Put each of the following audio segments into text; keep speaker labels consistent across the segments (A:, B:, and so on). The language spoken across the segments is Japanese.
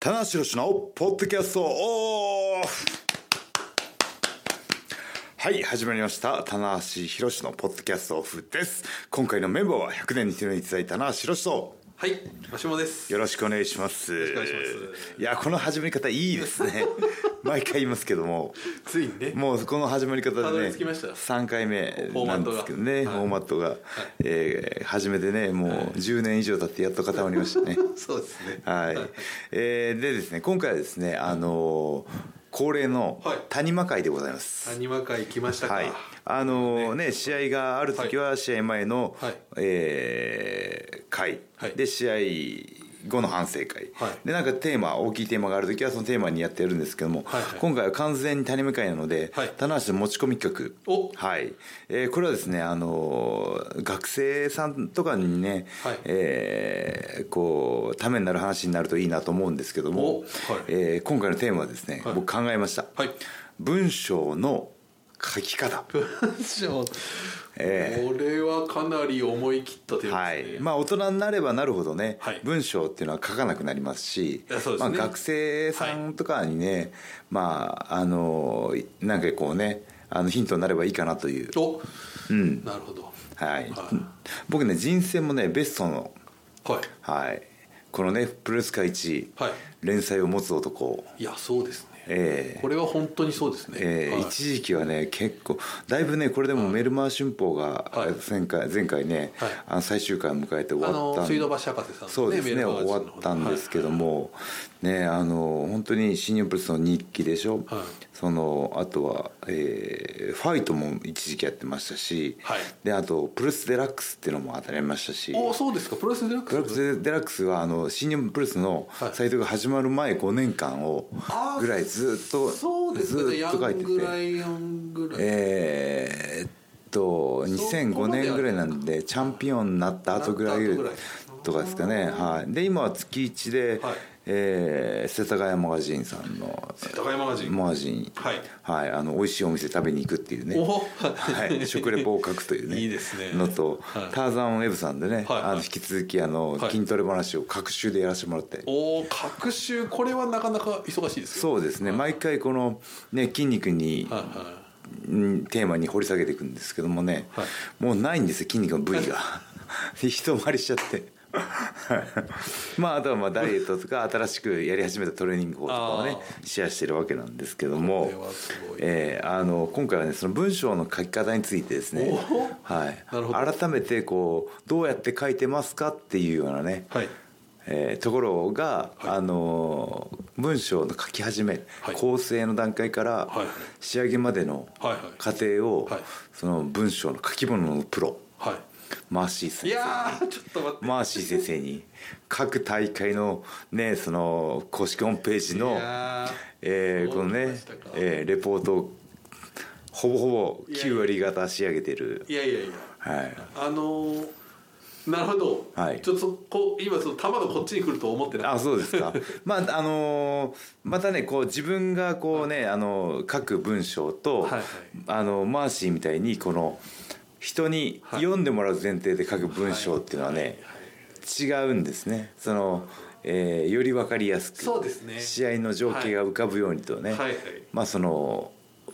A: 棚橋のポッドキャストオフはい始まりました棚橋宏のポッドキャストオフです今回のメンバーは100年に手のいただいた棚橋宏と
B: はい、マシモです。
A: よろしくお願いします
B: よろしくお願いします
A: いやこの始め方いいです ね毎回言いますけども
B: ついにね、
A: もうこの始まり方
B: たど
A: で
B: り
A: ね
B: 着きました
A: 3回目
B: フォーマ
A: な
B: ッ
A: ん
B: ト
A: で
B: が
A: すけどねフ
B: はい
A: ォーマットがえー始めてねもう10年以上経ってやっと固まりましたね
B: そうですね。
A: はい、えーでですね今回はですねあのー恒例の
B: はい
A: 谷間会でございます、
B: 谷間会来ましたか。
A: はい、あのね試合がある時は試合前の、
B: はい
A: えー会、
B: はい
A: で試合後の反省会、
B: はい
A: でなんかテーマ大きいテーマがある時はそのテーマにやってやるんですけども、
B: はいはい
A: 今回は完全に谷向会なので、
B: はい
A: 棚橋の持ち込み企画
B: お
A: はいえーこれはですね、あのー学生さんとかにね、
B: はい
A: えーこうためになる話になるといいなと思うんですけども、
B: おはい
A: えー今回のテーマはですね、
B: はい
A: 僕考えました。
B: はい。
A: 文章の書き方
B: そう
A: え
B: これはかなり思い切ったテーマ
A: は
B: ですね。
A: いまあ大人になればなるほどね、
B: はい
A: 文章っていうのは書かなくなりますし
B: いやそうで
A: ますあ、
B: ね
A: 学生さんとかにね、まああのなんかこうねあのヒントになればいいかなという、
B: お、
A: うん
B: なるほど。
A: はい
B: は
A: 僕ね人生もねベストの、
B: はい。
A: はい、このねプロレス界一
B: はい。
A: 連載を持つ男、
B: いや、そうですね。
A: ええ
B: これは本当にそうですね。
A: えー
B: はい
A: 一時期はね結構だいぶねこれでもメルマー春報が
B: はい
A: 前回前回ね、
B: はい
A: あの最終回を迎えて終
B: あ
A: わった
B: の
A: ん
B: 水道橋博士さんの
A: そうです
B: メ
A: ね
B: ールマガジン
A: 終
B: の
A: わ
B: 方
A: ったんですけども、ねあの本当に新日本プロレスの日記でしょ、
B: はい
A: そのあとは、えーファイトも一時期やってましたし、
B: はい
A: であとプロレスデラックスっていうのも当たりましたし
B: お、そうですか。プロレスデラッ
A: プロ
B: ク
A: レ
B: ス。
A: スデラックスはあの新日本プロレスの
B: はい
A: サイトが始まる前5年間を
B: あー
A: ぐらいずっと、
B: そうです
A: ず
B: ね。
A: っ
B: ヤ
A: と
B: ン
A: 書いてて
B: グライオンぐらい。
A: えーっと2005年ぐらいなんでチャンピオンになった後ぐらい
B: なった後ぐらい
A: とかですかね、はい、で今は月1で、
B: はい
A: えー世田谷マガジンさんの
B: 高山マガジン。
A: マガジン、
B: はい
A: はい、あの美味しいお店食べに行くっていうね
B: おお
A: はい、食レポを書くというね
B: いいですね
A: のと、
B: はい
A: ターザンウェブさんでね、
B: はい
A: あの引き続きあの、
B: はい
A: 筋トレ話を各週でやらせてもらって
B: おお、各週これはなかなか忙しいですよ。
A: そうですね毎回この、ね、筋肉に
B: はいは
A: うんテーマに掘り下げていくんですけどもね、
B: は
A: もうないんですよ筋肉の部 位が一回りしちゃって まああとはまあダイエットとか新しくやり始めたトレーニング法とかをねシェアしてるわけなんですけども
B: これはすごい
A: えーあの今回はねその文章の書き方についてですね
B: おー、
A: はい、
B: なるほど
A: 改めてこうどうやって書いてますかっていうようなね、
B: い。はい。
A: えーところが、あのー文章の書き始め、
B: はい
A: 構成の段階から
B: はい
A: 仕上げまでの
B: はいはい
A: 過程を、
B: はい
A: その文章の書き物のプロ
B: は
A: マーシー
B: い。い
A: 先生
B: やー、ちょっと待って。
A: マーシー先生に 各大会のねその公式ホームページ
B: い
A: の、
B: や
A: えー
B: そ
A: こ
B: う
A: の
B: なりま
A: ね
B: したか、
A: えーレポートをほぼほぼ9割方仕上げてる
B: ーいやいやいや。
A: はい
B: あのー、なるほど。
A: はい
B: ちょっとそこ今その球がこっちに来ると思ってなかっ
A: あそうです かまああのーまたねこう自分がこうね、あのー書く文章と、
B: はいはい
A: あのマーシーみたいにこの人に読んでもらう前提で書く文章っていうのはね、違うんですねその、えーより分かりやすく
B: そうですね
A: 試合の情景が浮かぶようにとね、
B: はいはい
A: まあその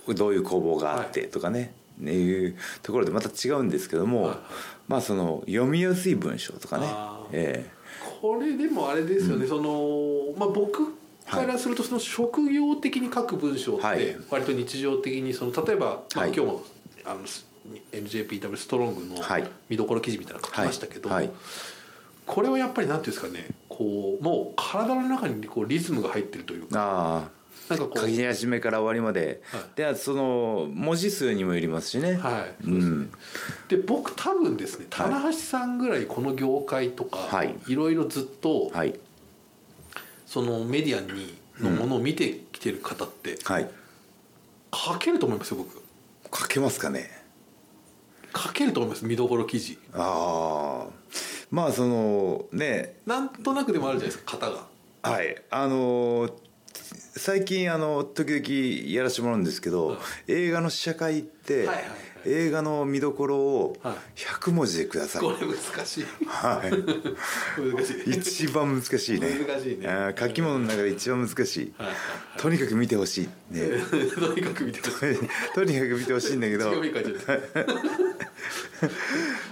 A: どういう攻防があってとかね、ねいうところでまた違うんですけども、
B: はいはい
A: まあその読みやすい文章とかね
B: あー、
A: ええ
B: た。これでもあれですよね。そのまあ僕からするとその職業的に書く文章っ
A: はい
B: て割と日常的にその例えば
A: は
B: まあ
A: い
B: 今日もあの NJPW ストロングの
A: はい
B: 見どころ記事みたいなの書きましたけど。
A: はいはい
B: これはやっぱりなんていうんですかねこうもう体の中にこうリズムが入ってるというか
A: ああ
B: なんかこう
A: 書き始めから終わりまで、
B: はい
A: でその文字数にもよりますしね、
B: はい、
A: うん
B: で僕多分ですね棚橋さんぐらいこの業界とか、
A: はい
B: い、ろいろずっと、
A: はい
B: そのメディアにのものを見てきてる方って
A: はい
B: 書けると思いますよ僕
A: 書けますかね
B: 書けると思います見どころ記事
A: ああまあそのね
B: なんとなくでもあるじゃないですか型が
A: はいあのー最近あの時々やらせてもらうんですけど、映画の試写会って、
B: はいはいはい
A: 映画の見どころを
B: はい
A: 100文字でください、
B: これ難 しい
A: はい、
B: 難しい
A: 一番難しいね
B: 難しいね
A: あー書き物の中で一番難しい、
B: はい
A: とにかく見てほしい ね
B: とにかく見てください
A: とにかく見てほしいんだけ ど
B: 近見書いちゃっ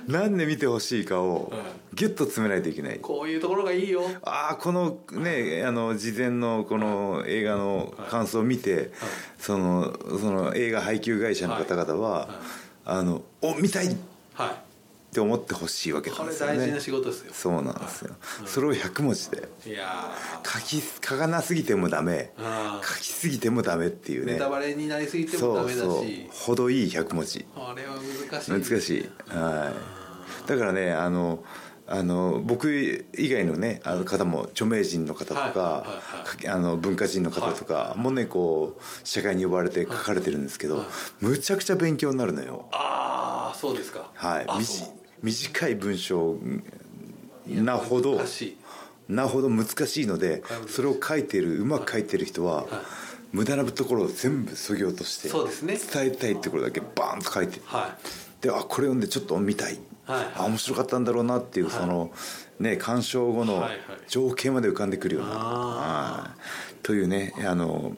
B: た
A: なんで見てほしいかを
B: はい
A: ギュッと詰めないといけない
B: こういうところがいいよ
A: ああこのねあの事前のこの映画の感想を見てそのその映画配給会社の方々はあのお見たいっ
B: は
A: て思ってほしいわけ
B: い
A: な
B: こ
A: んで
B: れ
A: すよ
B: 大事な
A: ね
B: 仕事ですよ
A: そうなんですよそれを100文字で
B: いや
A: 書き書かなすぎてもダメ
B: ーあー
A: 書きすぎてもダメっていう
B: ネ
A: ね
B: タバレになりすぎても
A: そ
B: ダ
A: う
B: メだ
A: そう
B: し
A: 程いい100文字
B: これは難しい
A: 難しい、はい、だからねあのあの僕以外のねあの方も著名人の方とか、
B: はいはいはい
A: かけあの文化人の方とかもねこう社会に呼ばれて書かれてるんですけど、むちゃくちゃ勉強になるのよ、
B: ああそうですか
A: はい、
B: あ
A: みじ
B: そう
A: 短い文章なほど
B: 難しい
A: なほど難しいので
B: これは難しい
A: それを書いてるうまく書いてる人は、無駄なところを全部削ぎ落として
B: そうですね
A: 伝えたいところだけバーンと書いて
B: は
A: であこれ読んでちょっと見たい、
B: はいはい
A: あ面白かったんだろうなっていう、そのね鑑賞後の
B: はいはい
A: 情景まで浮かんでくるような、はいというねあの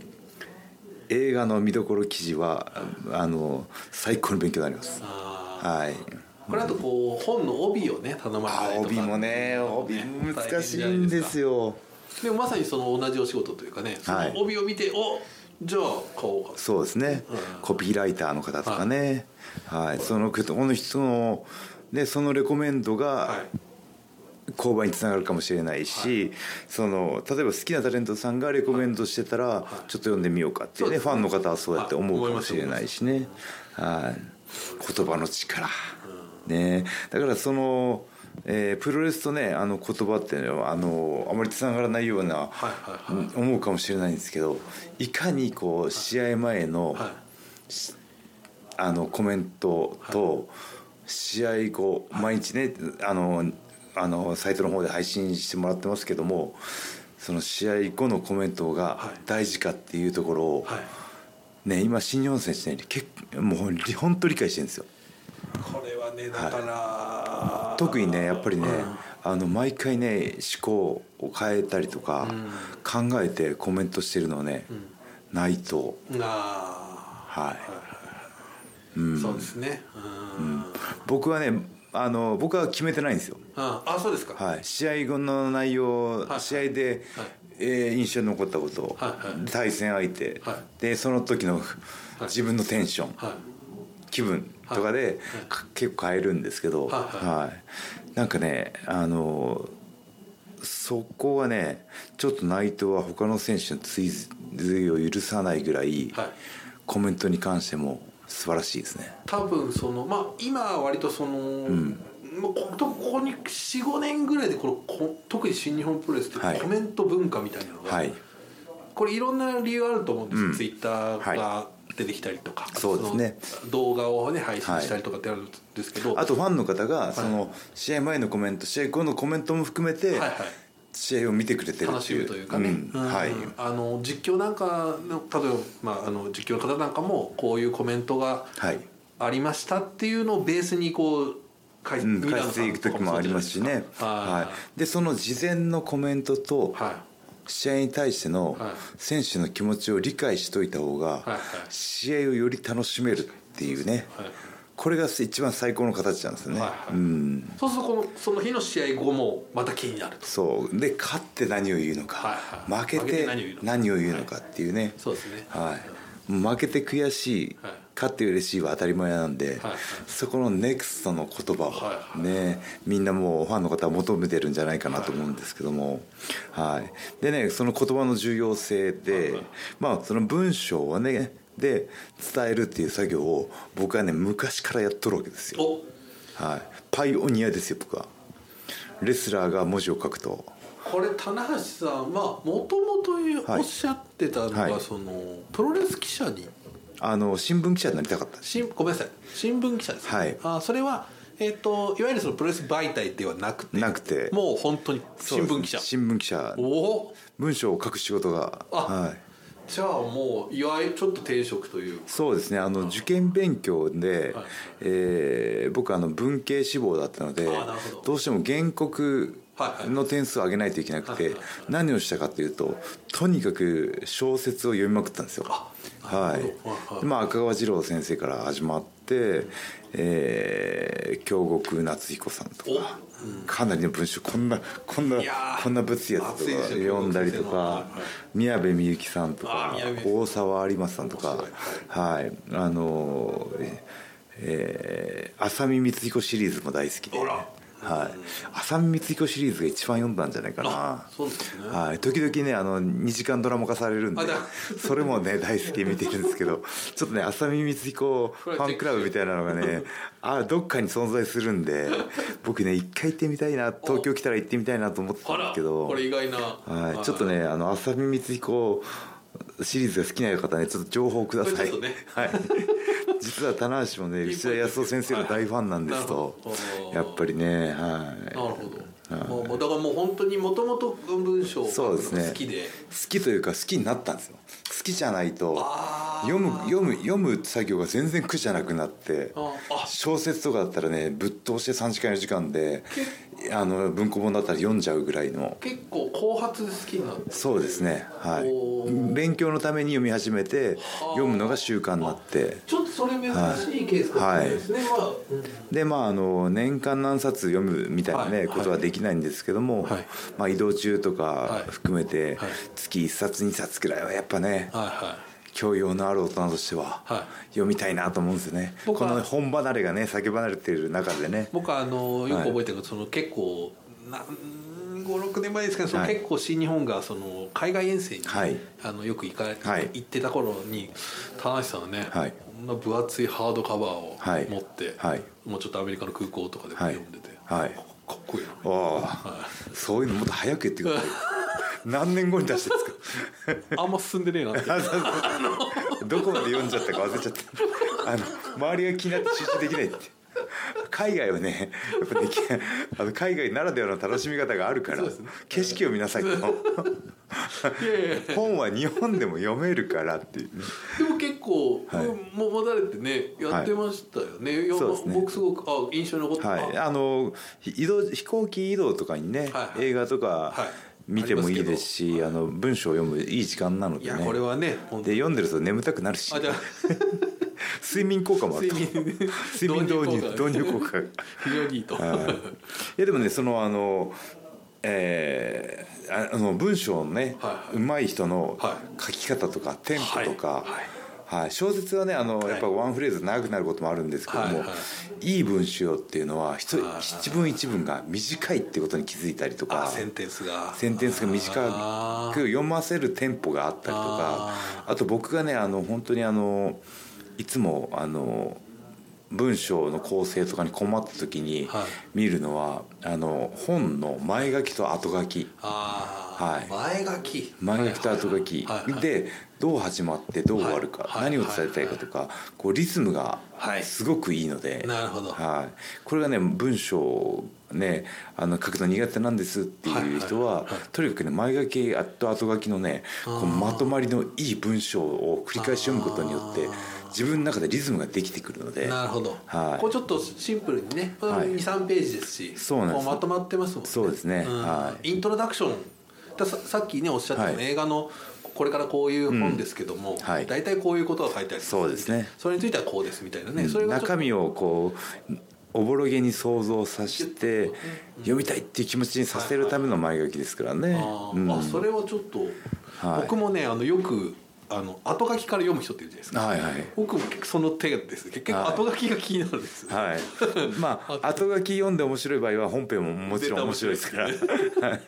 A: 映画の見どころ記事はあの最高の勉強になります。
B: あ
A: はい
B: あこれあとこう本の帯をね頼まれ
A: あ
B: たりとか
A: 帯もね帯も難しいんですよ
B: でもまさにその同じお仕事というかねその帯を見て、おじゃあ買おうか
A: そうですね、コピーライターの方とかね、はいそのこの人のでそのレコメンド
B: は
A: が
B: い
A: 購買につながるかもしれないし、その例えば好きなタレントさんがレコメンドしてたら、ちょっと読んでみようかっていうね
B: そうです
A: ファンの方はそうやって思う
B: はい
A: かもしれないしね、はい、言葉の力、ね、だからその、えープロレスとねあの言葉っていうのはあのあまりつながらないような、
B: はいはいはい
A: 思うかもしれないんですけどいかにこう試合前の、
B: はい
A: あのコメントと試合後毎日ねあのあのサイトの方で配信してもらってますけどもその試合後のコメントが
B: はい
A: 大事かっていうところを、
B: はい
A: ね、今新日本選手ね結構もうり本当理解してるんですよ。
B: これはねだから、
A: 特にねやっぱりねあの毎回ね思考を変えたりとか、考えてコメントしてるのね、ないと
B: あ
A: はい。
B: ー、そうですねうん
A: 僕はねあの僕は決めてないんですよ、
B: ああそうですか、
A: はい、試合後の内容、
B: はい
A: 試合で、えー印象に残ったこと、
B: はいはい
A: 対戦相手、
B: は
A: でその時の
B: い
A: 自分のテンション、
B: はい
A: 気分とかで、か結構変えるんですけど、
B: はい
A: はいなんかねあのそこはねちょっと内藤は他の選手の追随を許さないぐらい、
B: はい
A: コメントに関しても素晴らしいですね。
B: 多分そのまあ今は割とその、もうこここに45年ぐらいでこのこ特に新日本プロレスって
A: はい
B: コメント文化みたいなのが、
A: はい
B: これいろんな理由あると思うんですよ、ツイッター
A: は
B: が出てきたりとか、
A: そうですね
B: その動画を、ね、配信したりとかってあるんですけど、
A: あとファンの方がその試合前のコメント試合後のコメントも含めて
B: はいはい
A: 試合を見てくれてる
B: 楽
A: って
B: し
A: いう
B: むというかね、
A: うん
B: うん
A: はい
B: あの実況なんかの例えば、まあ、あの実況の方なんかもこういうコメントが
A: はい
B: ありましたっていうのをベースにこう解
A: うん解説していく時もありますしね
B: は
A: はいでその事前のコメントと
B: い、はい
A: 試合に対しての
B: はい
A: 選手の気持ちを理解しといた方
B: いは
A: が
B: い
A: 試合をより楽しめるっていうね
B: はい
A: これが一番最高の形なんですよね
B: はいはい
A: うん
B: そうするとこのその日の試合後もまた気になると
A: そうで勝って何を言うのか
B: はいはい
A: 負け
B: 負けて
A: て
B: 何を言うのか
A: 何を言うのかっていうね
B: そうですね
A: はい、負けて悔しい、
B: はい
A: 勝って嬉しいは当たり前なんで、
B: はい
A: そこのネクストの言葉を、
B: はいはい
A: ね、みんなもうファンの方は求めてるんじゃないかなと思うんですけども、はいでねその言葉の重要性で、まあ、その文章をねで伝えるっていう作業を僕はね昔からやっとるわけですよ、
B: お
A: はい、パイオニアですよ僕はレスラーが文字を書くと
B: これ棚橋さんまあもともと
A: はい
B: おっしゃってたのが、
A: はい
B: そのプロレス記者に
A: あの新聞記者になりたかった
B: 新ごめんなさい新聞記者ですね、
A: はい
B: あそれはえっ、といわゆるそのプロレス媒体ではなくて
A: なくて
B: もう本当に新聞
A: そうで
B: 記者、
A: すね新聞記者
B: おお
A: 文章を書く仕事が、
B: あ
A: は
B: じゃあもういわゆるちょっと定職というか
A: そうですねあの受験勉強で、
B: はい
A: えー僕あの文系志望だったので
B: あーなるほど
A: どうしても原告
B: はいはい
A: の点数を上げないといけなく
B: はい
A: て
B: はいはい
A: 何をしたかというととにかく小説を読みまくったんですよ。
B: あな
A: は
B: るほどはいはい
A: い、でまあ赤川次郎先生から始まって、えー京極夏彦さんと
B: お
A: か、かなりの文章こんなこんない
B: やー
A: こんなぶつやつ
B: 熱い
A: と
B: で
A: か
B: すよ
A: 読んだりと
B: 京極先生のは
A: か
B: いはい
A: 宮部みゆきさんと
B: あ
A: か
B: 宮部みゆき
A: 大沢有馬さんとか
B: 面
A: はいあのーえー浅見光彦シリーズも大好きで、
B: あら
A: はい、浅見光彦シリーズが一番読んだんじゃないかな
B: あそうですね
A: はい、時々ねあの2時間ドラマ化されるんで
B: あだ
A: それもね大好きで見てるんですけどちょっとね浅見光彦ファンクラブみたいなのがねあどっかに存在するんで僕ね一回行ってみたいな東京来たら行ってみたいなと思ってた
B: あ
A: んです
B: ら
A: けど
B: これ意外な
A: はい、ちょっとねあの浅見光彦シリーズが好きな方ねちょっと情報ください、
B: ちょっとね
A: はい、実は棚橋もね
B: い
A: 内田康夫先生の大ファンなんですと
B: なるほど
A: やっぱりねは
B: ないるほど、まあ、だからもう本当にもともと文章が
A: そうですね
B: 好きで
A: 好きというか好きになったんですよ好きじゃないと
B: あー
A: 読む読む読む作業が全然苦じゃなくなって
B: ああ
A: 小説とかだったらねぶっ通して3時間4時間であの文庫本だったら読んじゃうぐらいの
B: 結構後発で好きになって
A: そうですねは
B: お
A: い勉強のために読み始めて読むのが習慣になって
B: ちょっとそれ珍しいケースかもしれないですね、まあ、うん
A: でまああの年間何冊読むみたいなね、
B: はい
A: ことはできないんですけども、
B: はい
A: まあ、移動中とか
B: い
A: 含めて、
B: はい
A: 月1冊2冊くらいはやっぱね、
B: はいはい
A: 教養のある大人としては
B: は
A: 読みたいなと思うんですよね、
B: 僕
A: こ
B: は
A: の本離れがね叫ばれている中でね
B: 僕はあのよく覚えてるのがその結構56年前ですけど、その
A: はい
B: 結構新日本がその海外遠征に、
A: はい
B: あのよく行か、
A: はい
B: 行ってた頃に田無さんはね、
A: はい
B: こんな分厚いハードカバーを
A: はい
B: 持って、
A: はい
B: もうちょっとアメリカの空港とかでも
A: はい
B: 読んでて、
A: はい
B: かかっこいいな
A: おお、そういうのもっと早く言ってくださ い何年後に出してるんですか
B: あんま進んでねえなって
A: どこまで読んじゃったか忘れちゃ ったあの周りが気になって集中できないって海外はね やっぱできあの海外ならではの楽しみ方があるから、
B: そうですね
A: 景色を見なさいと
B: いやいやいや
A: 本は日本でも読めるからっていうね
B: でも結構、
A: はい
B: もう持たれてねやってましたよね、いや
A: そうですね
B: 僕すごくあ印象に残って、
A: はい、あの移動飛行機移動とかにね、
B: はいはい
A: 映画とか
B: はい
A: 見てもいいです
B: あり
A: し、あの文章を読むいい時間なの
B: い
A: で
B: や
A: ね
B: これはね本当
A: で
B: に
A: 読んでると眠たくなるし
B: あじゃあ
A: 睡眠効果もある
B: 睡
A: と
B: 眠
A: 睡眠導入導入効
B: 果
A: 果がい
B: 非常にいいと、
A: やでもねそのあのえーああの文章のね、
B: はいはいう
A: まい人の
B: は
A: 書き方とかテンポとか、
B: はい
A: はい小説はねあの、
B: い
A: やっぱワンフレーズ長くなることもあるんですけども、、
B: はいはい
A: い文章っていうのは一
B: はいはい
A: 一文一文が短いってことに気づいたりと
B: あ
A: か
B: センテンスが
A: センテンスが短
B: あ
A: く読ませるテンポがあったりとか
B: あ
A: あと僕がねあの本当にあのいつもあの文章の構成とかに困った時に
B: はい
A: 見るのは、あの本の前書きと後書き
B: あー、前書き
A: 前書きと後書き
B: はいはい
A: でどう始まってどう終わるか、
B: はいはい
A: 何を伝えたいかとか、こうリズムが
B: はい
A: すごくいいので、
B: なるほど
A: はい、これがね文章ねあの書くの苦手なんですっていう人は,、とにかくね前書きと後書きのねこうまとまりのいい文章を繰り返し読むことによって
B: あ
A: 自分の中でリズムができてくるので
B: なるほど、
A: はい
B: こうちょっとシンプルにね、
A: はい
B: 23ページですし
A: そうなんです
B: こまとまってますもんね
A: そうですね
B: ん
A: はい
B: イントロダクションだささっきねおっしゃった、
A: はい
B: 映画のこれからこういう本ですけども、
A: はい
B: 大体こういうことが書いてあります
A: そうですね
B: それについてはこうですみたいなね、
A: うん
B: それがちょっと
A: 中身をこうおぼろげに想像させて読みたいっていう気持ちにさせるための前書きですからね。
B: あ
A: うん
B: ー、あそれはちょっと、
A: はい
B: 僕もねあのよくあの後書きから読む人っているじゃないですか
A: はいはい
B: 僕もその手です結局
A: はい
B: 後書きが気になるんです、
A: はい、まあ後書き読んで面白い場合は本編ももちろん面白いですから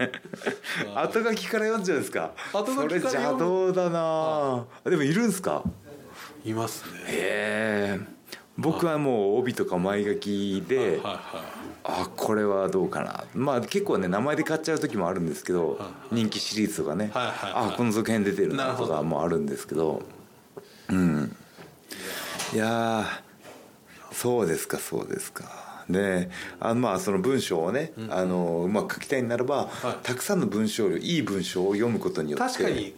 A: 後書きから読んじゃうんですか
B: 後書きから読む
A: それ邪道だなあでもいるんですか
B: いますね
A: へえ僕はもう帯とか前書きで
B: はいはい
A: あこれはどうかなまあ結構ね名前で買っちゃう時もあるんですけど人気シリーズとかね
B: はいはいはい
A: あこの続編出てる
B: なる
A: な
B: ほ
A: と
B: ど
A: かもあるんですけどうんいやーそうですかそうですかであのまあその文章をね、あのまあ書きたいならば、
B: はい
A: たくさんの文章量いい文章を読むことによって
B: 確かに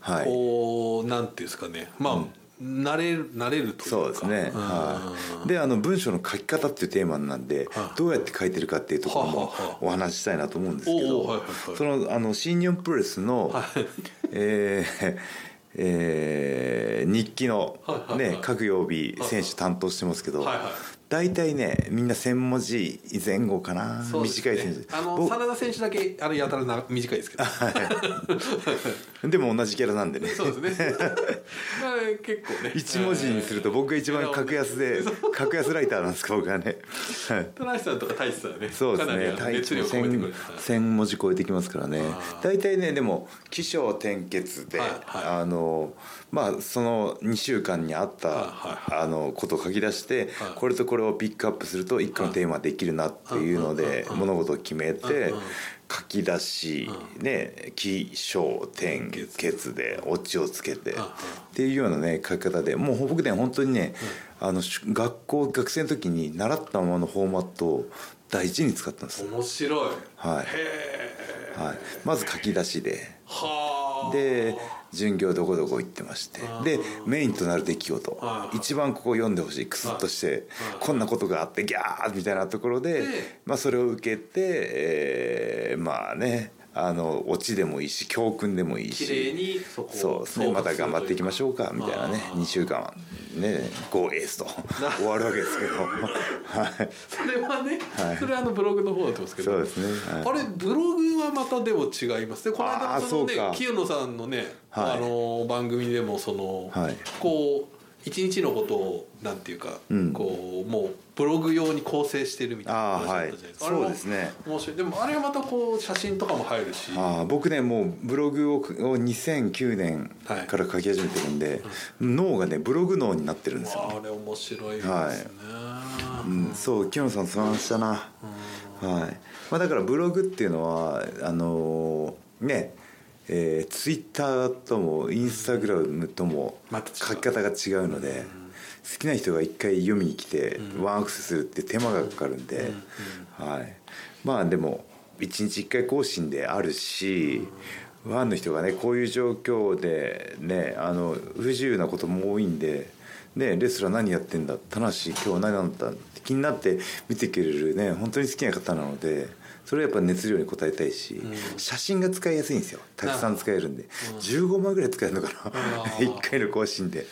A: はい
B: こうなんていうんですかねまあ、慣れる慣れるというか
A: そうですね、
B: ん
A: はい、であの文章の書き方っていうテーマなんでどうやって書いてるかっていうところ
B: は
A: も
B: あは
A: お話ししたいなと思うんですけど、
B: おうおうはいはいはい
A: そのあの新日本プロレスの、えーえー日記の、ね
B: はいはいはい
A: 各曜日選手担当してますけど、
B: はいはい
A: 大体ねみんな1,000文字前後かな、
B: そうです
A: 短
B: ね
A: い選手
B: あの
A: 僕
B: 真田選手だけあれやたらな短いですけど
A: でも同じキャラなんで ね
B: そうですねまあ結構ね
A: 一文字にすると僕が一番格安 で格安ライターなんですか僕はねはい
B: 田中さんとか太一さんはね
A: そうです
B: かなりあ
A: ね
B: の
A: 大
B: 熱
A: 一
B: 量
A: も
B: を込めてくれ
A: 千
B: てた
A: 千文字超えてきますからね
B: あー
A: 大体ねでも起承転結で、
B: はいは
A: あのまあその2週間にあった、
B: はい
A: あのことを書き出して、
B: はい
A: これとこれをピックアップすると一個のテーマできるなっていうの
B: はい
A: で
B: うんうん
A: 物事を決めて
B: うんうん
A: 書き出し、ね起承転結でオチをつけて。
B: んうん
A: っていうようなね書き方でもう僕ね本当にね、あのし学校学生の時に習ったままのフォーマットを大事に使ったんです、
B: 面白い
A: はい
B: へえ
A: はい、まず書き出しで
B: はあ
A: で巡業どこどこ行ってましてでメインとなる出来事
B: はい
A: 一番ここ読んでほしいクスッとしてこんなことがあってギャーみたいなところで
B: で、
A: まあ、それを受けて、えーまあねあのオチでもいいし教訓でもいいし
B: 綺麗にそこを
A: そうですね
B: 総括
A: また頑張っていきましょうかみたいなね
B: あー
A: 2週間はねゴーエー スと終わるわけですけどはい
B: それはね、それはあのブログの方だと思うんですけど
A: そうですね、はい
B: あれブログはまたでも違いますねこの間
A: あー
B: のその
A: そうか
B: ね清野さんのね、
A: はい
B: あの番組でもその、
A: はい
B: こう一日のことをなんていうか、
A: ん
B: こうもうブログ用に構成してるみたいな
A: ああ
B: 話だ
A: は
B: っ
A: い
B: たじゃないですか、
A: そうですね
B: あれも面白いでもあれはまたこう写真とかも入るし
A: ああ僕ねもうブログをを2009年
B: はい
A: から書き始めてるんで、脳がねブログ脳になってるんですよ、
B: あれ面白いですね、
A: うん、そう清野さんその話だな、はいまあ、だからブログっていうのはあのーねえツイッター Twitter ともインスタグラムとも
B: また違う
A: 書き方が違うので、好きな人が一回読みに来てワンアクセスするって手間がかかるんで、はい、まあでも一日一回更新であるし、ファンの人がねこういう状況でねあの不自由なことも多いんで。ね、レスラー何やってんだ田無今日は何なんだって気になって見てくれるね本当に好きな方なのでそれはやっぱ熱量に応えたいし、写真が使いやすいんですよたくさん使えるんで、15枚ぐらい使えるのかな
B: あー
A: 一回の更新で
B: で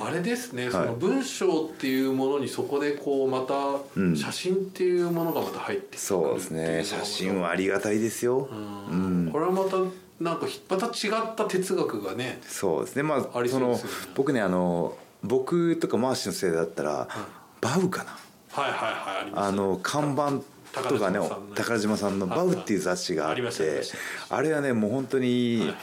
B: もあれですね、その文章っていうものにそこでこうまた写真っていうものがまた入ってくるっていの
A: そ
B: が
A: うですね写真はありがたいですよ、
B: うんこれはまたなんかひまた違った哲学がね
A: そうですねまあ
B: あり
A: そ
B: そうで
A: の
B: すよね
A: 僕ねあの僕とかマーシーの世代だったら、バウかな
B: はいはいはいありま
A: あ
B: す
A: の看板とかね宝
B: 宝
A: 島さんの「バウ」っていう雑誌があっ
B: ありましたあり
A: て
B: まし
A: あれはねもう本当
B: はい
A: に
B: は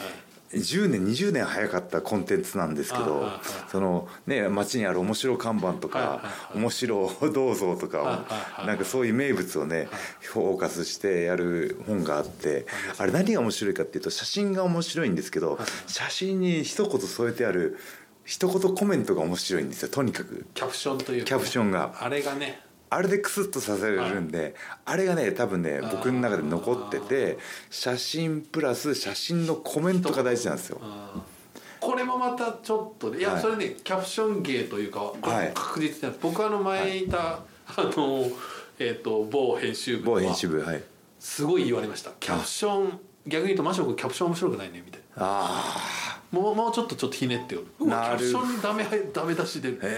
A: 10年20年早かったコンテンツなんですけ
B: はいはい
A: ど
B: はい
A: そのね街にある面白看板と
B: はいは
A: か
B: い
A: 面白銅像と
B: はい
A: か
B: はいはい
A: なんかそういう名物をねフォーカスしてやる本があってあれ何が面白いかっていうと写真が面白いんですけど写真に一言添えてある一言コメントが面白いんですよとにかく
B: キャプションというか
A: キャプションが。
B: あれがね
A: あれでクスッとさせるんで、あれがね多分ね
B: ー
A: 僕の中で残ってて写真プラス写真のコメントが大事なんですよ
B: うんこれもまたちょっとねいや、
A: はい
B: それねキャプション芸というかこれ
A: はい
B: 確実なんです僕あの前いた、あのえっ、と某編集部
A: 某
B: は
A: 編集部はい
B: すごい言われましたキャプション逆に言うとマショ君キャプション面白くないねみたいな
A: あ
B: もうもうちょっとちょっとひねってようわ
A: な
B: キ
A: る
B: ャプションにダメダメ出しで
A: ー
B: キ
A: へ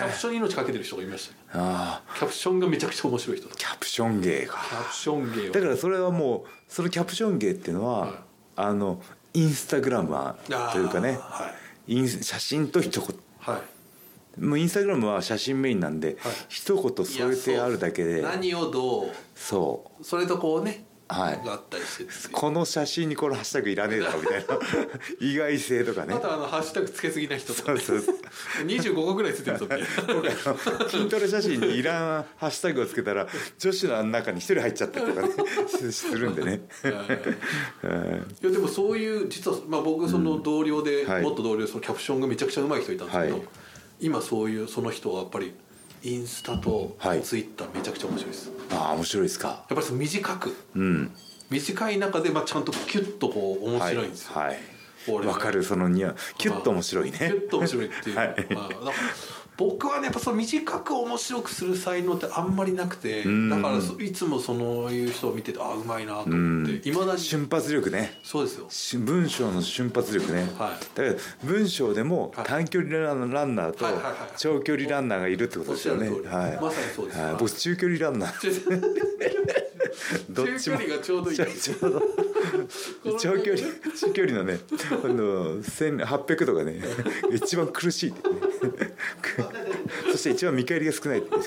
B: ャプ
A: え
B: ションに命かけてる人がいましたね
A: あー
B: キャプションがめちゃくちゃ面白い人だ
A: キャプション芸か
B: キャプション芸を
A: だからそれはもうそのキャプション芸っていうのは、
B: はい
A: あのインスタグラマーというかね
B: あーはい
A: インス写真と一言
B: はい
A: もうインスタグラムは写真メインなんで、
B: はい
A: 一言添えてあるだけ
B: い
A: で
B: やそう何をどう
A: そう
B: それとこうね、
A: はい
B: があったりしてっていう
A: この写真にこのハッシュタグいらねえだろみたいな 意外性とかね
B: あとあのハッシュタグつけすぎない人と
A: そ
B: か、
A: う
B: ね、
A: そうそう
B: 25個ぐらいついてるぞみたいな
A: 筋トレ写真にいらんハッシュタグをつけたら女子の中に一人入っちゃったりと かねすするんでねうん
B: いやでもそういう実は、まあ、僕その同僚で、
A: はい
B: もっと同僚でそのキャプションがめちゃくちゃ上手い人いたんですけど、
A: はい
B: 今そういうその人はやっぱりインスタと
A: はい
B: ツイッターめちゃくちゃ面白いです、や
A: ああ面白いですか
B: っぱりその短く
A: うん
B: 短い中でまあちゃんとキュッとこう面白いんですよ、
A: はい、はい
B: 俺
A: 分かるそのにはキュッと面白いね
B: キュッと面白いっていう、
A: は
B: まあ、だから僕はねやっぱその短く面白くする才能ってあんまりなくて
A: ん
B: だからそいつもそのいう人を見ててあうまいなと思っていまだに
A: 瞬発力ね
B: そうですよ
A: し文章の瞬発力ね、
B: はい
A: だから文章でも
B: はい
A: 短距離ランランナーと
B: はいはいはい
A: 長距離ランナーがいるってことですよね、
B: おっしゃる通り
A: はい、
B: まさにそうです
A: はい僕中距離ランナーどっ
B: 中
A: ち
B: 距
A: も
B: 離がちょうどいい
A: ちょちょうど長距離 中距離のねあの1800とかね一番苦しいってね、 そして一番見返りが少ないってね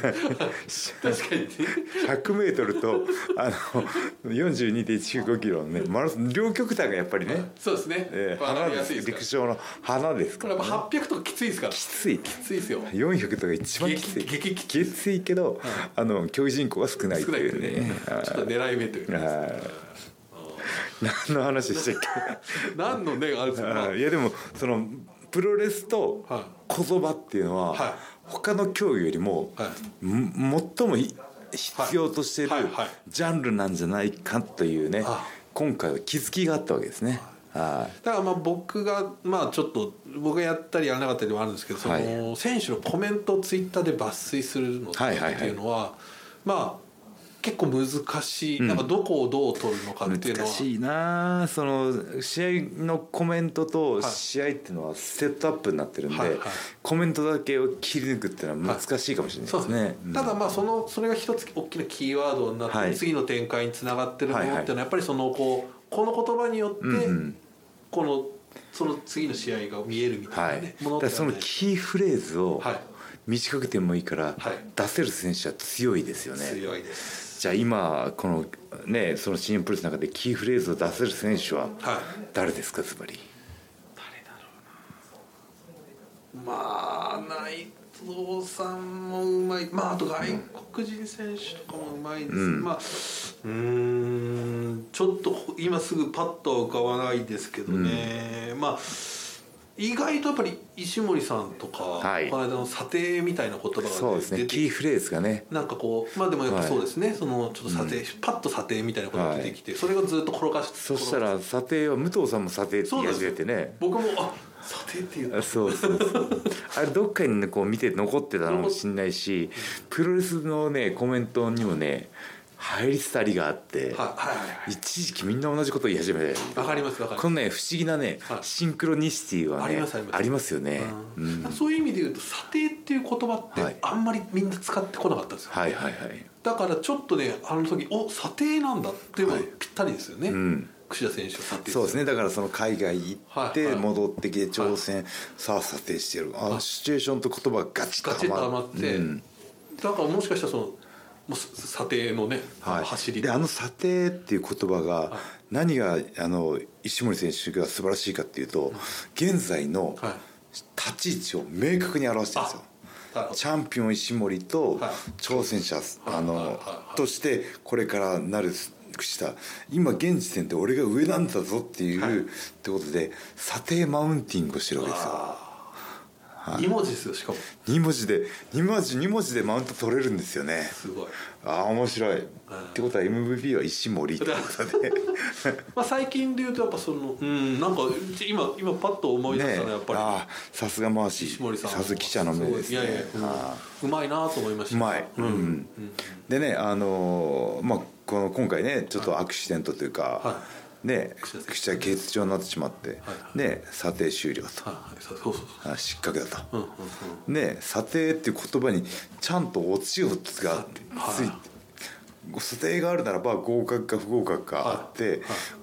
B: 確かにね
A: 100m とあの42.195キロのねマラソン両極端がやっぱりね、
B: そうですね、
A: えー、
B: まあ
A: 花
B: 上がり
A: で
B: やす
A: す
B: いですか
A: 陸上の花ですから
B: らこれやっぱ800とかきついですから
A: きつい
B: きついですよ
A: 400とか一番きつい
B: 激激きつ
A: きついけど、あの競技人口は少ないって
B: 少ない
A: い
B: です
A: う
B: ね
A: ね
B: ちょっと狙い目というかね
A: はい何の話でしたっ
B: 何のねあれです
A: け
B: か、まあ
A: あいやでもそのプロレスと
B: はい
A: 小そばっていうのは、
B: はい
A: 他の競技よりも、
B: は
A: も最もい必要としてる
B: はいはいはい
A: ジャンルなんじゃないかというね、
B: あ
A: 今回は気づきがあったわけですね。はい
B: だからまあ僕がまあちょっと僕がやったりやらなかったりもあるんですけどその、
A: はい
B: 選手のコメントをツイッターで抜粋するのって
A: はいはいはい
B: いうのは、まあ結構難しい、なんかどこをどう取るのかっていうの
A: 難
B: は
A: しいなあその試合のコメントと
B: はい
A: 試合っていうのはセットアップになってるんで、
B: はいはい
A: コメントだけを切り抜くっていうのは難しいかもしれない
B: そ
A: で
B: うですすね
A: ね。うん
B: ただまあそのそれが一つ大きなキーワードになって、
A: はい
B: 次の展開につながってるものっていうの
A: はいは
B: はやっぱりそのこうこの言葉によって、
A: うんうん
B: このその次の試合が見えるみた
A: はい
B: ないね、、
A: だからそのキーフレーズを
B: はい
A: 短くてもいいから
B: はい
A: 出せる選手は強いですよね。
B: 強いです。
A: じゃあ今このねその新日本プロレスの中でキーフレーズを出せる選手は
B: はい
A: 誰ですかズバリ。
B: 誰だろうなまあ内藤さんもうまいまああと外国人選手とかもうまいです、まあうーんちょっと今すぐパッとは浮かばないですけどね、まあ意外とやっぱり石森さんとか、
A: はい
B: この間の査定みたいな言葉が、
A: そうですね
B: 出て
A: キーフレーズがね。
B: なんかこうまあでもやっぱそうですね、そのちょっと査定、パッと査定みたいなことが出てきて、それがずっと転がし
A: そしたら査定は武藤さんも査定って言い始めてね。
B: 僕もあ査定っていう
A: あそうそうそう あれどっかにねこう見て残ってたのかもしんないしプロレスのねコメントにもね入り廃りがあって、
B: はいはいはいはい
A: 一時期みんな同じこと言い始めて
B: わかりますわかり
A: このね不思議なね、
B: はい
A: シンクロニシティはね
B: ありますあります
A: よね、うん
B: ます、そういう意味で言うと査定っていう言葉
A: は
B: っ
A: い
B: てあんまりみんな使ってこなかったんですよ、
A: はいはいはい
B: だからちょっとねあの時お査定なんだっていうのがぴったりですよね、
A: ん
B: 櫛田選手は査定
A: そうですねだからその海外行っ
B: はい
A: て
B: はい
A: 戻ってきて挑戦、さあ査定してるあシチュエーションと言葉がガチッと
B: ガチッと
A: は
B: は
A: ま
B: まって、
A: うん
B: だからもしかしたらそのもうす査定のね、
A: はい、
B: 走り
A: であの査定っていう言葉が何があの石森選手が素晴らしいかっていうと現在の
B: はい
A: 立ち位置を明確に表してるんですよ。
B: あなるほど
A: チャンピオン石森と
B: はい
A: 挑戦者あ
B: はいはい
A: の
B: はい
A: としてこれからなる櫛田今現時点で俺が上なんだぞっていう、
B: はい
A: ってことで査定マウンティングをしてるわけですよ。
B: 2文字ですよしかも
A: 2文字で2文字2文字でマウント取れるんですよね。
B: すごい、
A: ああ面白い。ってことは MVP は石森って ことで。
B: まあ、最近で言うとやっぱそのうんなんか今今パッと思い出し
A: ね
B: たのはやっぱり、
A: ああさすが回し
B: 石森さん
A: さすが記者の目ですね
B: いやいや、うん
A: ああ
B: うまいなと思いました
A: うまい、うんでねあのーまあこの今回ねちょっとアクシデントというか、
B: は
A: ね
B: 口です
A: 口は欠場になってしまって、
B: は
A: ね査定終了と、
B: はいそうそうそう
A: あ失格だと、
B: うんうんうん
A: ね査定っていう言葉にちゃんと落ちがつが
B: はい
A: ついて。査定があるならば合格か不合格かあって、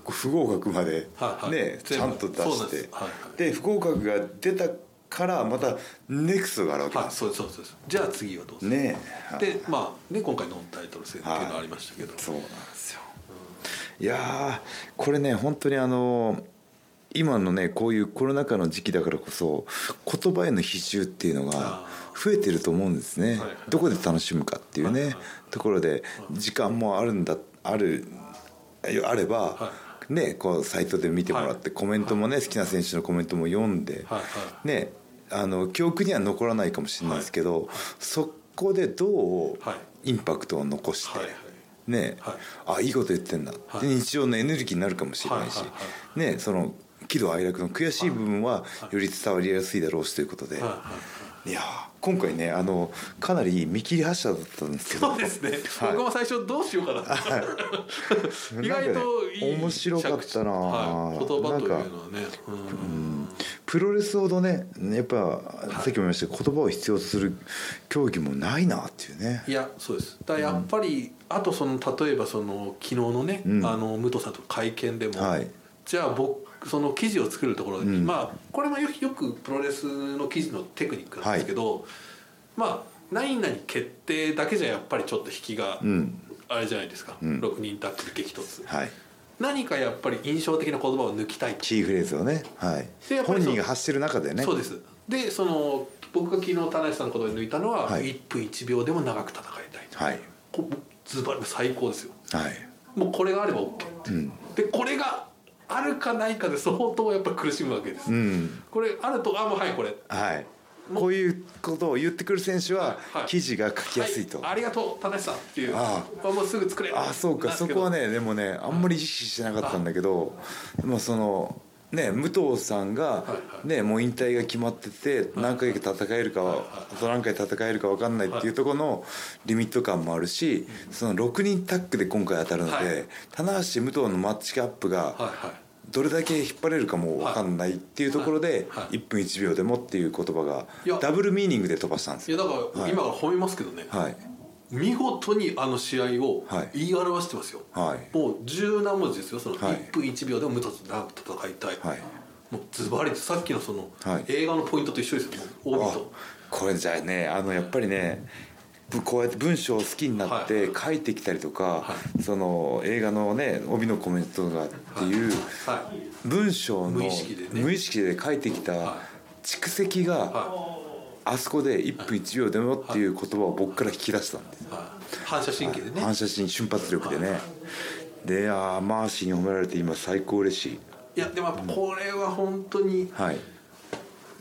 A: 不合格まで、ね
B: はいはい
A: ちゃんと出
B: 全部そうなん
A: し
B: で
A: て
B: すはいは
A: で不合格が出たからまたネクストがあるわけ
B: は
A: で
B: い、
A: す、
B: そうですそうですそうですじゃあ次はどうする、
A: ねはい
B: でまあね今回ノンタイトル戦っていうのありましたけど、
A: そうなんですよ、いやーこれね本当にあの今のねこういうコロナ禍の時期だからこそ言葉への比重っていうのが
B: あ
A: 増えてると思うんですね、
B: はいはい
A: どこで楽しむかっていうね、ところで時間もあるんだあるあれば、ねこうサイトで見てもらって、コメントもね、好きな選手のコメントも読んで、
B: はいは
A: ねあの記憶には残らないかもしれないですけど、そこでどう
B: は
A: インパクトを残して、
B: はいはい
A: ね
B: はい
A: あいいこと言ってんだ、
B: はい
A: で日常のエネルギーになるかもしれないし、
B: はいは
A: ねその喜怒哀楽の悔しい部分はより伝わりやすいだろうしということで、
B: はいはい
A: い、やー今回ねあのかなり見切り発車だったんですけど
B: そうですね、
A: はい
B: 僕も最初どうしようか
A: い
B: な、意外といい着地、
A: なんかね面白かったな
B: はい、言葉というのはね
A: プロレスほどねやっぱ、さっきも言いましたけど言葉を必要とする競技もないなっていうね
B: うんいやそうですだからやっぱり、あとその例えばその昨日のね、
A: うん
B: あの武藤さんとの会見でも、
A: はい
B: じゃあ僕その記事を作るところで、
A: うん
B: まあこれもよくよくプロレスの記事のテクニックなんですけど、まあ何々決定だけじゃやっぱりちょっと引きが、
A: うん
B: あれじゃないですか、
A: うん
B: 6人タッグ激突
A: はい
B: 何かやっぱり印象的な言葉を抜きたい
A: キーフレーズをね、はい
B: でや、っぱ
A: 本
B: りそう
A: 人が発してる中でね
B: そうですでその僕が昨日田中さんの言葉で抜いたのは、
A: はい
B: 1分1秒でも長く戦いたいと、
A: はい
B: こうズバリ最高ですよ
A: はい
B: もうこれがあれば OK って、
A: うん
B: でこれがあるかないかで相当やっぱ苦しむわけです、
A: うん
B: これあるとあもうはいこれ
A: はいこういうことを言ってくる選手は
B: はい
A: 記事が書きやすいと、
B: はありがとう田中さんっていう
A: あ
B: まあもうすぐ作れ
A: あそうか
B: なんです
A: そ
B: け
A: こ
B: ど
A: はねでもねあんまり意識してなかったんだけどまあそのね武藤さんが
B: はい
A: ねもう引退が決まってて何回戦えるかはあと何回戦えるか分かんないっていうところのリミット感もあるしその6人タッグで今回当たるの
B: は
A: で
B: い
A: 棚橋武藤のマッチアップ
B: はい
A: が
B: はい
A: どれだけ引っ張れるかも分かんないっていうところで
B: はいはい
A: 1分1秒でもっていう言葉
B: いや
A: がダブルミーニングで飛ばしたんです
B: いや
A: よ。
B: だから
A: はい
B: 今から褒めますけどね、
A: はい
B: 見事にあの試合を
A: はい
B: 言い表してますよ、
A: はい
B: もう十何文字ですよその
A: はい
B: 1分1秒でも無駄と長く戦いたい、
A: はい
B: もうズバリさっきのその、
A: はい
B: 映画のポイントと一緒ですよもう帯と
A: あこれじゃあねあのやっぱりねぶこうやって文章を好きになって書いてきたりとか、
B: は
A: その映画のね帯のコメントとかっていう
B: はい
A: 文章の
B: 無意識でね
A: 無意識で書いてきた
B: は
A: 蓄積が
B: は
A: あそこで1分1秒でもっていう言葉を僕から引き出したんです
B: い、はい、反射神経でね、
A: 反射神瞬発力でねであーマーシーに褒められて今最高嬉しい
B: い、やでもやっぱこれは本当に
A: はい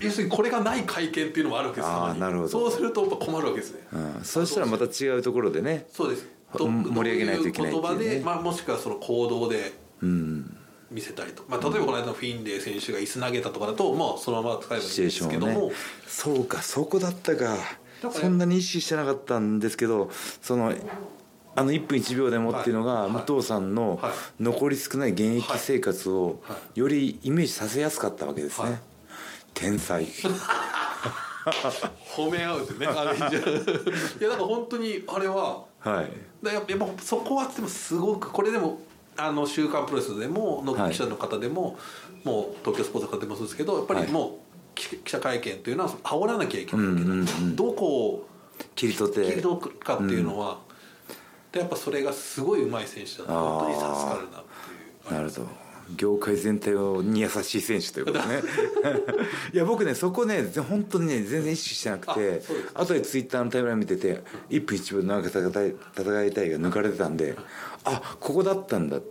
B: 要するにこれがない会見っていうのもあるわけです
A: あー
B: たまに
A: なるほど
B: そうするとやっぱ困るわけですね、
A: うん、そしたらまた違うところでね
B: そうです
A: うん盛り上げないといけないっていうね
B: どういう言葉で、まあ、もしくはその行動で
A: うん
B: 見せたりと、まあ、例えばこの間のフィンレイ選手が椅子投げたとかだと、まあ、そのまま使えばいいん
A: シチュエーシ
B: ですけ
A: ョ
B: ど
A: ン
B: も、
A: をねそうかそこだったか
B: だから
A: そんなに意識してなかったんですけどそのあの1分1秒でもっていうのが、
B: はいはい
A: 武藤さんの
B: は
A: 残り少ない現役生活を
B: はいは
A: よりイメージさせやすかったわけですね、
B: はい
A: 天才
B: 褒め合うってねあのいいじゃんいやだから本当にあれは
A: はい
B: だからやっぱやっぱそこはでもすごくこれでもあの週刊プロレスでも
A: は
B: の
A: い
B: 記者の方でも、もう東京スポーツの方でもそうですけどやっぱ
A: は
B: り
A: い
B: もう、記記者会見というのは煽らなきゃいけないけど、
A: うんうんうん
B: どこを
A: 切り取って
B: 切り取るかっていうのは、でやっぱそれがすごい上手い選手だな本当に助かるなっていう。
A: なるほど業界全体に優しい選手ということ ねいや僕ねそこねぜ本当にね全然意識してなく
B: あそう
A: て
B: ですか
A: 後でツイッターのタイムライン見てて1分1秒でなんか戦いたい戦いたいが抜かれてたんであここだったんだ
B: はいはい、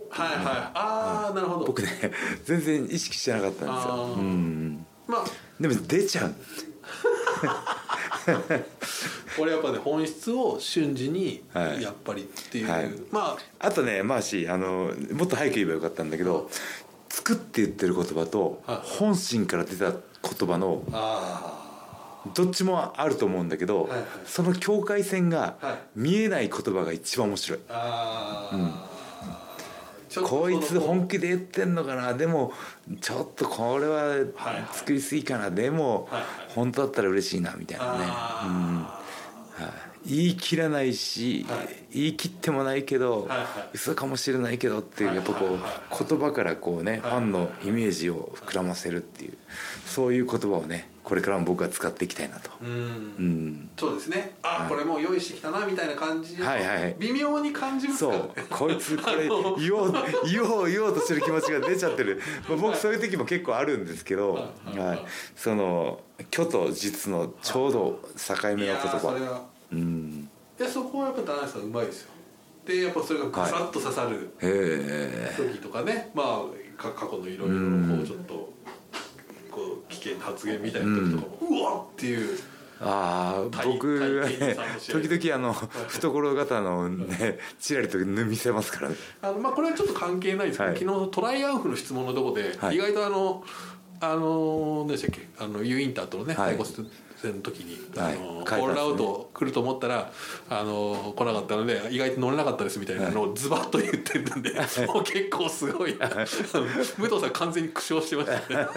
B: ああ、なるほど
A: 僕ね全然意識してなかったんです
B: あ
A: よ
B: ー
A: うん
B: まあ
A: でも出ちゃう
B: 俺やっぱね本質を瞬時に
A: はい
B: やっぱりっていう、
A: はい
B: ま
A: あとねまあしあのもっと早く言えばよかったんだけど「つく」って言ってる言葉と
B: はい
A: 本心から出た言葉の
B: ああ
A: どっちもあると思うんだけど、
B: はいはい
A: その境界線
B: は
A: が見えない言葉が一番面白い、
B: ああちょっと
A: こい
B: そ
A: つ
B: の
A: 本気で言ってんのかなでもちょっとこれは
B: はい
A: 作りすぎかな、でも、
B: はいはい
A: 本当だったら嬉しいなみたいなね、
B: あ
A: はい言い切らないし、
B: はい
A: 言い切ってもないけど、
B: はいはい
A: 嘘かもしれないけどっていうやっぱこう、
B: はいはい
A: 言葉からこうね、ファンのイメージを膨らませるっていうそういう言葉をねこれからも僕は使っていきたいなと。
B: ーうん
A: うん
B: そうですねあ、これもう用意してきたなみたいな感じ、
A: はいはい
B: 微妙に感じます
A: そ
B: から
A: う
B: ね
A: こいつこれ言おう言おう言おうとしてる気持ちが出ちゃってる、まあ、僕そういう時も結構あるんですけど、
B: はい
A: はい、その虚と実のちょうど境
B: い
A: 目の言
B: やーそれ
A: 葉
B: は
A: うん
B: いやそこはやっぱ田中さんうまいですよでやっぱそれがぐさっと刺さる
A: へえ
B: 時とかね、まあか過去のいろいろこうちょっとこう危険な発言みたいな時とかも、うわっっていう
A: ああ
C: 体
A: 僕は
C: 体験
A: ね
C: さんの試合
A: 時々あの懐刀をねちらりと見せますからね
B: あのまあこれはちょっと関係ないですけど、
A: はい
B: 昨日トライアンフの質問のとこで、
A: はい
B: 意外とあのあの何でしたっけあのユーインターとのね
A: はい
B: 対抗戦の時に、
A: はい
B: あの
A: 書
B: オ
A: いてますね
B: ールアウト来ると思ったらあの来なかったので意外と乗れなかったですみたいなのをズバッと言ってた んで、もう結構すごいあの武藤さん完全に苦笑してましたね。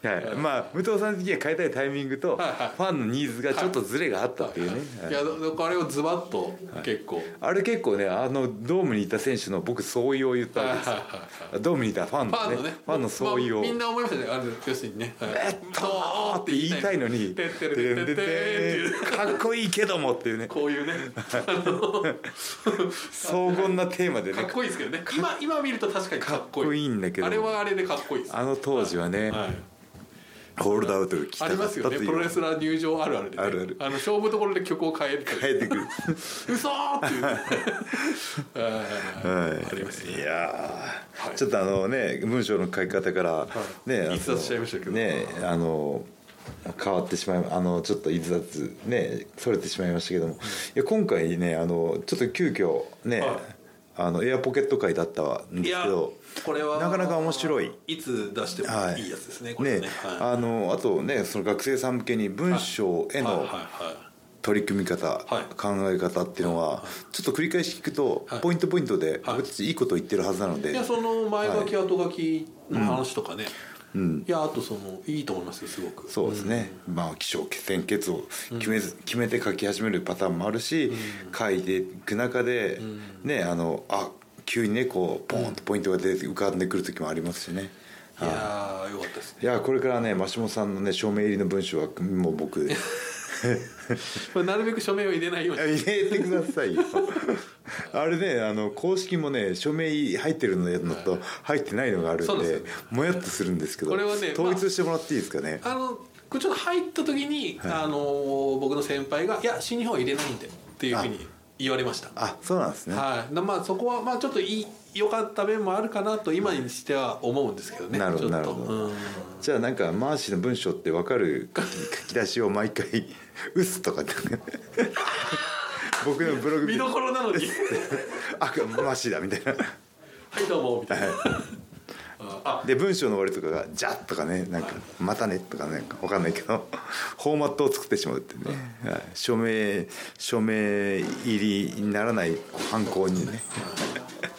A: はい、まあ武藤さん的には変えたいタイミングとフ
B: はいはい
A: ァンのニーズがちょっとズレが あったっていうね、はい
B: いやだからあれをズバッと結構、
A: あれ結構ねあのドームにいた選手の僕相違を言ったわけです
B: はいはい
A: よドームにいたファン
B: ファン
A: の
B: の
A: ね
B: ね
A: ファンの相違を、
B: まあみんな思いましたねあの要するにね「え
A: えっとーって言いたいのに「
B: てってれてってれてってれって
A: かっこいいけども」っていうね
B: こ ういうね
A: 荘厳なテーマで
B: か
A: ね
B: っこいいですけどね今今見ると確かにかっ
A: か
B: こいい
A: っこいいんだけど
B: あれはあれでかっこいいです
A: あの当時はね、
B: はい
A: ホールドアウトが来た
B: あ
A: か
B: り
A: った
B: ますよ
A: と
B: ね
A: いう
B: プロレスラー入場あるあるで、ね、
A: あるある
B: の勝負どころで曲を変えると
A: 帰
B: いう
A: ってくる、
B: 嘘ーっていう、ね、
A: は
B: あります
A: い、いやー、
B: はい
A: ちょっとあのね文章の書き方から、ねあの
B: 逸脱しちゃいましたけど
A: ねあの変わってしまいあのちょっと逸脱ねそれてしまいましたけどもいや今回ねあのちょっと急遽ね、
B: はい
A: あのエアポケット会だったんですけど
B: これは
A: なかなか面白い
B: いつ出しても
A: はい
B: いいやつですね、これ
A: ね
B: ねはい
A: あのあとねその学生さん向けに文章へ
B: はい
A: の
B: は
A: 取り組み方、
B: はい
A: 考え方っていうのはちょっと繰り返し聞くと、ポイントポイントで、僕たちいいこと言ってるはずなの
B: い、
A: で
B: いやその前書き後書きの話とかね、いやあとそのいいと思いますよすごく
A: そうですね、まあ起承転結を決めず、決めて書き始めるパターンもあるし、書いていく中で、ねあのあ急にねこうポーンとポイントが出て浮かんでくる時もありますしね。
B: いやーよかったですね
A: いやこれからねマシモさんのね署名入りの文章はもう 僕
B: これなるべく署名を入れないように
A: 入れてくださ いよあれねあの公式もね署名入ってるのやつのと入ってないのがあるん
B: そうなん
A: で
B: ですよね
A: もやっとするんですけど
B: これはね
A: 統一してもらっていいですかね、
B: あのこれちょっと入った時に、あのー僕の先輩が「いや新日本は入れないんで」っていうふうに言われました
A: あそうなんですね、
B: はいなまあそこはまあちょっといい良かった面もあるかなと今にしては思うんですけどね
A: なるほど
B: ちょっと
A: なるほど
B: うん
A: じゃあなんかマーシーの文章ってわかる書き書き出しを毎回 「うす」とかって僕のブログ見
B: 見
A: て
B: どころなの に
A: 「あマーシーだ」みたいな
B: 「はいどうも」みたいな、あ
A: で文章の終わりとかが「じゃ」とかねなんか「またね」とかなんかわかんないけど フォーマットを作ってしまうっていうね、はい、署名署名入りにならない犯行にね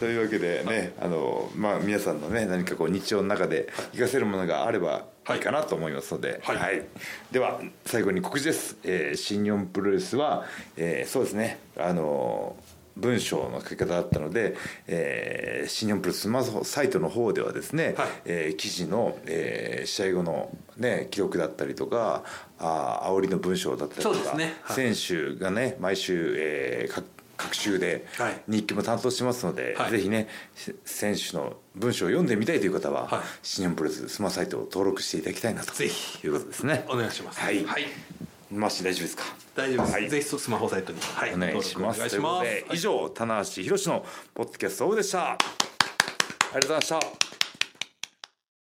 A: というわけでねあの、まあ、皆さんのね何かこう日常の中で活かせるものがあればいいかなと思いますので、
B: はい
A: では最後に告知です、えー新日本プロレスは、えーそうですねあのー文章の書き方だったので、えー新日本プロレススマホサイトの方ではですね、
B: はい
A: えー記事の、えー試合後の、ね、記録だったりとかあー煽りの文章だったりと
B: そうで
A: か、
B: すねはい
A: 選手がね毎週、えー各各週で
B: はい
A: 日記も担当してますので、
B: はい
A: ぜひねし選手の文章を読んでみたいという方は、
B: はい
A: 新日本プロレススマサイトを登録していただきたいなと
B: ぜひ
A: いうことですね。
B: お願いします
A: はい、
B: はい、
A: マッシー大丈夫ですか。
B: 大丈夫です、
A: はい
B: ぜひスマホサイトに、はい、
A: お願いします。
B: 登録お願い
A: とい
B: します
A: うことで以上、棚橋弘至のポッドキャストオフでした。ありがとうございました。